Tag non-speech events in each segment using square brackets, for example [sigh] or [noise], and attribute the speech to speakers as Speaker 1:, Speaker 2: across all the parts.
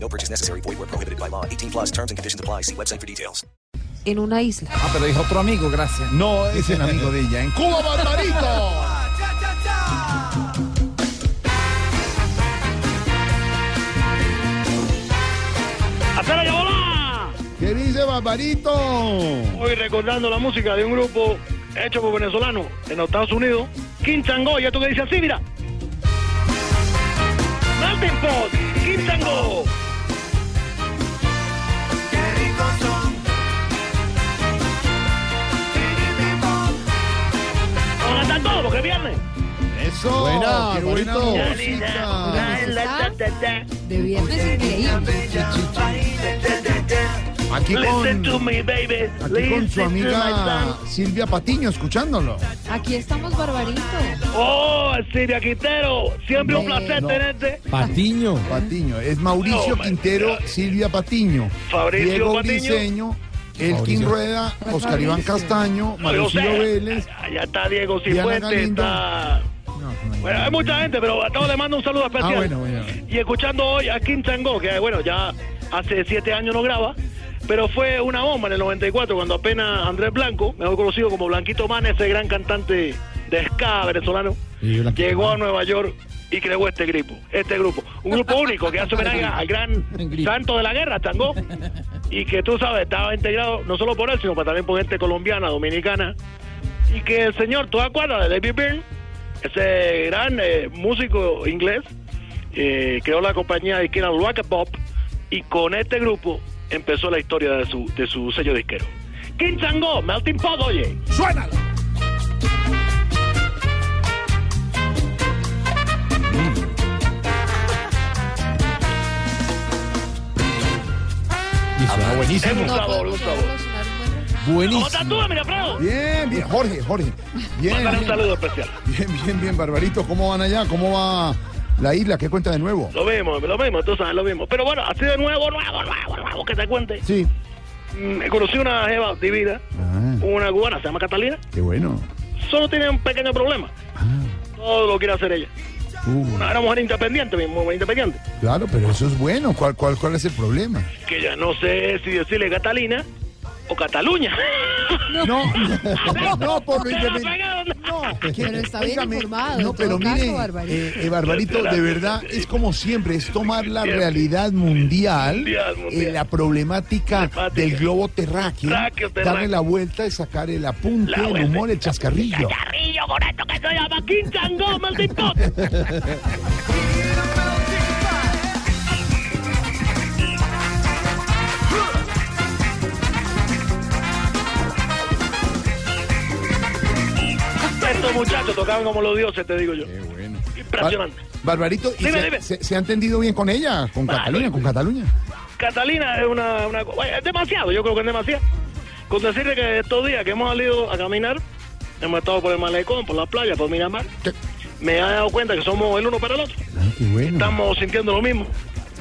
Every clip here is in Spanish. Speaker 1: No purchase necessary. Void where prohibited by law. 18 plus terms and conditions apply. See website for details.
Speaker 2: en una isla.
Speaker 3: Ah, pero dijo otro amigo, gracias.
Speaker 4: No, es un amigo de ella. En Cuba, Barbarito.
Speaker 5: ¡Hacer la bola!
Speaker 4: ¿Qué dice Barbarito?
Speaker 5: Hoy recordando la música de un grupo hecho por venezolanos en los Estados Unidos, Kim Chango, y esto que dice así, mira. Melting Pot, Kim Chango. Ahora están todos, porque es viernes.
Speaker 4: Eso.
Speaker 3: Buena,
Speaker 4: qué buena
Speaker 3: bonito.
Speaker 4: música.
Speaker 2: De viernes increíble.
Speaker 4: Aquí
Speaker 5: Listen to
Speaker 4: con,
Speaker 5: me, baby.
Speaker 4: aquí con su
Speaker 5: Listen to my song.
Speaker 4: amiga Silvia Patiño, escuchándolo.
Speaker 2: Aquí estamos, Barbarito.
Speaker 5: Oh, Silvia Quintero, siempre un
Speaker 4: No,
Speaker 5: placer
Speaker 4: no.
Speaker 5: tenerte.
Speaker 3: Patiño.
Speaker 4: Patiño. Es Mauricio
Speaker 5: No,
Speaker 4: Quintero,
Speaker 5: Oh my God.
Speaker 4: Silvia Patiño.
Speaker 5: Fabricio
Speaker 4: Diego
Speaker 5: Patiño.
Speaker 4: Briseño, Elkin
Speaker 3: Mauricio.
Speaker 4: Rueda, Oscar Iván Castaño,
Speaker 5: O sea,
Speaker 4: Mauricio Vélez.
Speaker 5: Allá está Diego
Speaker 4: Diana
Speaker 5: Cifuentes,
Speaker 4: Galindo.
Speaker 5: está...
Speaker 4: No, no, no.
Speaker 5: Bueno, hay mucha gente, pero a todos les mando un saludo especial.
Speaker 4: Ah, bueno, bueno.
Speaker 5: Y escuchando hoy a Kim Chango, que bueno, ya hace siete años no graba, pero fue una bomba en el 94 cuando apenas Andrés Blanco, mejor conocido como Blanquito Man, ese gran cantante de ska venezolano,
Speaker 3: Y Blanquito
Speaker 5: llegó a
Speaker 3: Man.
Speaker 5: Nueva York y creó este grupo, este grupo, un grupo único que hace homenaje al gran
Speaker 3: Grito.
Speaker 5: santo de la guerra, Chango, y que tú sabes, estaba integrado no solo por él, sino también por gente colombiana, dominicana, y que el señor, ¿tú te acuerdas de David Byrne? Ese gran eh, músico inglés eh, creó la compañía de era Rock Pop y con este grupo empezó la historia de su, de su sello disquero. King Chango, Melting Pot, oye.
Speaker 4: ¡Suénalo!
Speaker 3: Y suena
Speaker 5: Es
Speaker 3: buenísimo.
Speaker 5: un sabor, un sabor. ¿Cómo estás tú,
Speaker 3: Buenísimo.
Speaker 5: Prado?
Speaker 4: Bien, bien. Jorge, Jorge. Bien,
Speaker 5: Mándale un
Speaker 4: bien,
Speaker 5: saludo especial.
Speaker 4: bien, bien, bien, Barbarito. ¿Cómo van allá? ¿Cómo va la isla? ¿Qué cuenta de nuevo?
Speaker 5: Lo mismo, lo mismo, tú sabes, lo mismo. Pero bueno, así de nuevo, nuevo, nuevo, nuevo, que te cuente.
Speaker 4: Sí.
Speaker 5: Mm, conocí una jeva divina,
Speaker 4: Ah,
Speaker 5: una cubana, se llama Catalina.
Speaker 4: qué bueno. Ah,
Speaker 5: Solo tiene un pequeño problema. Todo lo quiere hacer ella.
Speaker 4: Uh.
Speaker 5: Una gran mujer independiente, mi mujer independiente.
Speaker 4: Claro, pero eso es bueno. ¿Cuál, cuál, cuál es el problema?
Speaker 5: Que ya no sé si decirle Catalina o Cataluña.
Speaker 4: No,
Speaker 2: [laughs]
Speaker 4: no,
Speaker 5: [laughs]
Speaker 4: por lo
Speaker 5: Te la
Speaker 4: independiente.
Speaker 5: pegaron.
Speaker 4: No,
Speaker 2: Pero está bien
Speaker 4: oígame,
Speaker 2: informado,
Speaker 4: No,
Speaker 2: en
Speaker 4: pero
Speaker 2: todo caso,
Speaker 4: mire,
Speaker 2: Barbarito.
Speaker 4: eh, eh, Barbarito, de verdad, es como siempre, es tomar la realidad mundial,
Speaker 5: Mundial, mundial.
Speaker 4: eh, la problemática
Speaker 5: Temática.
Speaker 4: del globo terráqueo,
Speaker 5: Terráqueo, terráqueo.
Speaker 4: darle la vuelta y sacar el apunte,
Speaker 5: La
Speaker 4: el
Speaker 5: vuelta.
Speaker 4: humor, el chascarrillo.
Speaker 5: Carrillo, con esto que se llama Quinchango, maldito. Estos muchachos tocaban como los dioses, te digo yo.
Speaker 4: Qué bueno.
Speaker 5: Impresionante.
Speaker 4: Bar- Barbarito, ¿y
Speaker 5: Dime,
Speaker 4: se,
Speaker 5: dime.
Speaker 4: se- se ha entendido bien con ella? ¿Con
Speaker 5: Claro.
Speaker 4: Cataluña? ¿Con Cataluña?
Speaker 5: Catalina es una, una co- bueno, es demasiado, yo creo que es demasiado. Con decirle que estos días que hemos salido a caminar, hemos estado por el malecón, por la playa, por Miramar,
Speaker 4: ¿Qué?
Speaker 5: me he dado cuenta que somos el uno para el otro.
Speaker 4: Ah, qué bueno.
Speaker 5: Estamos sintiendo lo mismo.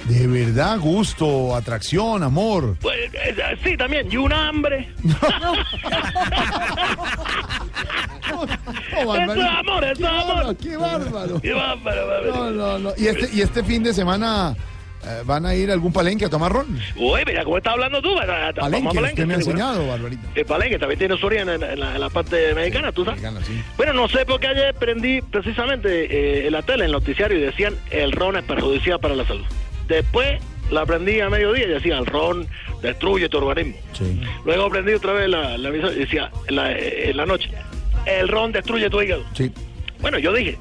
Speaker 4: De verdad, gusto, atracción, amor.
Speaker 5: Pues, eh, eh, sí, también, y
Speaker 4: [laughs]
Speaker 5: un hambre.
Speaker 4: Oh, Barbarito,
Speaker 5: es amor, eso es
Speaker 4: qué bárbaro,
Speaker 5: amor.
Speaker 4: ¡Qué bárbaro!
Speaker 5: Y va, va, va, va.
Speaker 4: No, no, no. ¿Y este, y este fin de semana eh, van a ir a algún palenque a tomar ron?
Speaker 5: Uy, mira, ¿cómo estás hablando tú? Vamos a
Speaker 4: Palenque, usted me ha
Speaker 5: sí, bueno.
Speaker 4: enseñado, Barbarito.
Speaker 5: El palenque también tiene su origen en, en la, en la parte mexicana, tú sabes.
Speaker 4: Mexicana, sí.
Speaker 5: Bueno, no sé por qué ayer prendí precisamente eh, en la tele, en el noticiario, y decían el ron es perjudicial para la salud. Después la prendí a mediodía y decía el ron destruye tu organismo.
Speaker 4: Sí.
Speaker 5: Luego prendí otra vez la, la emisora y decía la- eh, en la noche el ron destruye tu hígado.
Speaker 4: Sí.
Speaker 5: Bueno, yo dije,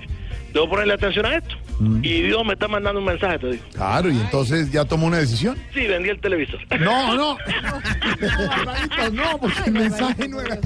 Speaker 5: debo ponerle atención a esto.
Speaker 4: Mm.
Speaker 5: Y Dios me está mandando un mensaje, te digo.
Speaker 4: Claro, y entonces ya tomó una decisión.
Speaker 5: Sí, vendí el televisor. [laughs]
Speaker 4: No, no. [laughs] Barbarito, no, porque el mensaje no era.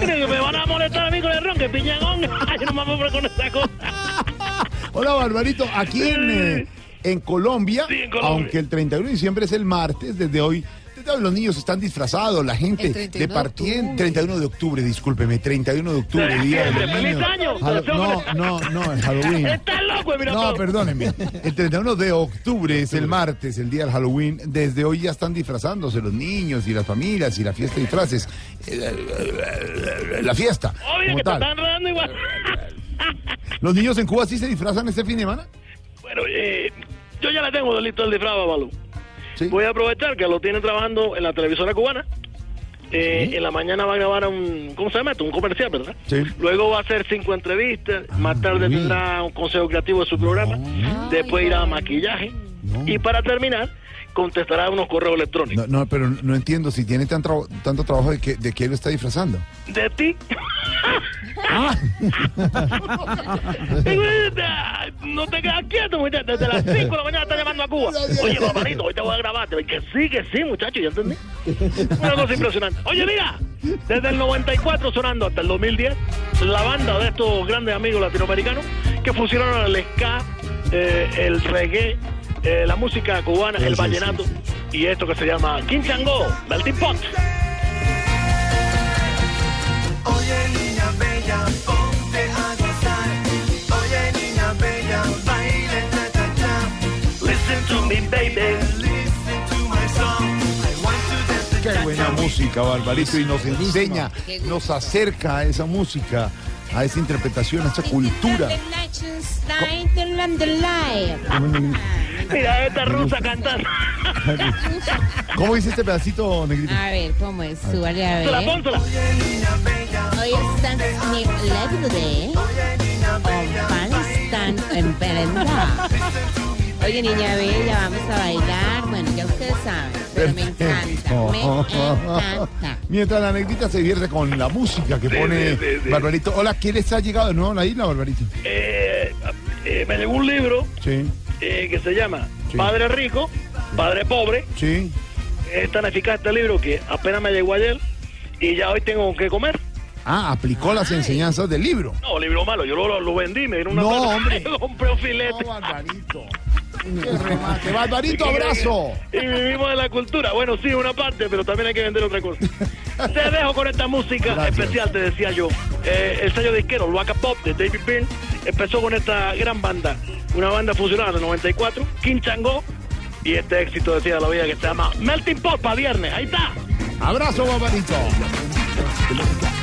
Speaker 5: Mira que me van a molestar a mí con [laughs] el ron, que piñagón. Yo no me voy a con esta cosa.
Speaker 4: [laughs] Hola, Barbarito. Aquí en, eh, en Colombia,
Speaker 5: Sí, en Colombia.
Speaker 4: aunque el 31 de diciembre es el martes, desde hoy Claro, los niños están disfrazados, la gente
Speaker 2: El 31 de
Speaker 4: departiendo.
Speaker 2: octubre.
Speaker 4: 31 de octubre, discúlpeme, 31 de octubre,
Speaker 5: De
Speaker 4: día de
Speaker 5: diciembre,
Speaker 4: los
Speaker 5: feliz
Speaker 4: niños.
Speaker 5: año.
Speaker 4: Halo- no, no, no, es
Speaker 5: [laughs]
Speaker 4: Halloween.
Speaker 5: Estás loco, mira.
Speaker 4: No, perdónenme. El 31 de octubre es el martes, el día del Halloween. Desde hoy ya están disfrazándose los niños y las familias y la fiesta de disfraces. Eh, La fiesta.
Speaker 5: Obvio
Speaker 4: como
Speaker 5: Oh, que te
Speaker 4: tal.
Speaker 5: están rodando igual. [laughs]
Speaker 4: ¿Los niños en Cuba sí se disfrazan este fin de semana?
Speaker 5: bueno, eh, yo ya le tengo listo el disfraz, Babalu.
Speaker 4: Sí.
Speaker 5: Voy a aprovechar que lo tienen trabajando en la televisora cubana. Eh, En la mañana va a grabar un, ¿cómo se llama esto? Un comercial, ¿verdad?
Speaker 4: Sí. Ah,
Speaker 5: Luego va a hacer cinco entrevistas. Más tarde
Speaker 4: bien.
Speaker 5: tendrá un consejo creativo de su programa. Después irá a maquillaje.
Speaker 4: No.
Speaker 5: Y para terminar, contestará unos correos electrónicos.
Speaker 4: No, no, pero no entiendo si tiene tan trabo- tanto trabajo de que, de qué lo está disfrazando.
Speaker 5: De ti. [laughs] "Ah, no te quedas quieto, muchacho. Desde las 5 de la mañana estás llamando a Cuba. Oye, paparito, hoy te voy a grabar. Te- Que sí, que sí, muchacho, ya entendí. Una cosa impresionante. Oye, mira, desde el 94 sonando hasta el 2010, la banda de estos grandes amigos latinoamericanos que fusionaron el ska, eh, el reggae, eh, la música cubana, el
Speaker 4: sí,
Speaker 5: vallenato
Speaker 4: sí,
Speaker 5: y esto que se llama Quinchango, Melting Pot.
Speaker 3: Oye niña bella, ponte a gozar. Oye niña bella, baile ta ta ta.
Speaker 5: Listen to me, baby.
Speaker 3: Listen to my song. I want to dance the
Speaker 4: Qué
Speaker 3: cha-cha
Speaker 4: buena
Speaker 3: with
Speaker 4: música, Barbarito, y nos enseña, nos acerca a esa música, a esa interpretación, a esa cultura.
Speaker 5: Mira esta rusa cantando.
Speaker 4: ¿Cómo dice este pedacito, Negrito?
Speaker 6: A ver, ¿cómo es? Súbale a
Speaker 5: [laughs] Pónsela,
Speaker 6: ver.
Speaker 5: pónsela.
Speaker 6: Hoy están en la de Afganistán en Berenda. Oye, niña bella, vamos a bailar. Bueno, ya ustedes saben, pero me encanta, me encanta.
Speaker 4: Mientras la negrita se divierte con la música que
Speaker 5: Sí,
Speaker 4: pone
Speaker 5: sí, sí, sí.
Speaker 4: Barbarito. Hola, ¿qué les ha llegado de nuevo a la isla, Barbarito?
Speaker 5: Eh, eh, me llegó un libro
Speaker 4: Sí,
Speaker 5: eh, que se llama
Speaker 4: Sí.
Speaker 5: Padre Rico, Padre Pobre.
Speaker 4: sí.
Speaker 5: Es tan eficaz este libro que apenas me llegó ayer y ya hoy tengo que comer.
Speaker 4: Ah, aplicó las enseñanzas del libro.
Speaker 5: No, libro malo, yo lo, lo vendí, me dieron una
Speaker 4: No,
Speaker 5: plata, [laughs]
Speaker 4: hombre.
Speaker 5: compré un filete.
Speaker 4: No, Barbarito. Qué remate. Barbarito, abrazo.
Speaker 5: [laughs] Y vivimos de la cultura. Bueno, sí, una parte, pero también hay que vender
Speaker 4: [laughs]
Speaker 5: otra cosa. Te dejo con esta música
Speaker 4: Gracias.
Speaker 5: especial, te decía yo. Eh, el sello disquero, Waka Pop, de David Byrne, empezó con esta gran banda. Una banda fusionada del 94, King Chango. Y este éxito, decía de la vida, que se llama Melting Pot para viernes. Ahí está.
Speaker 4: Abrazo, Barbarito.
Speaker 3: cha.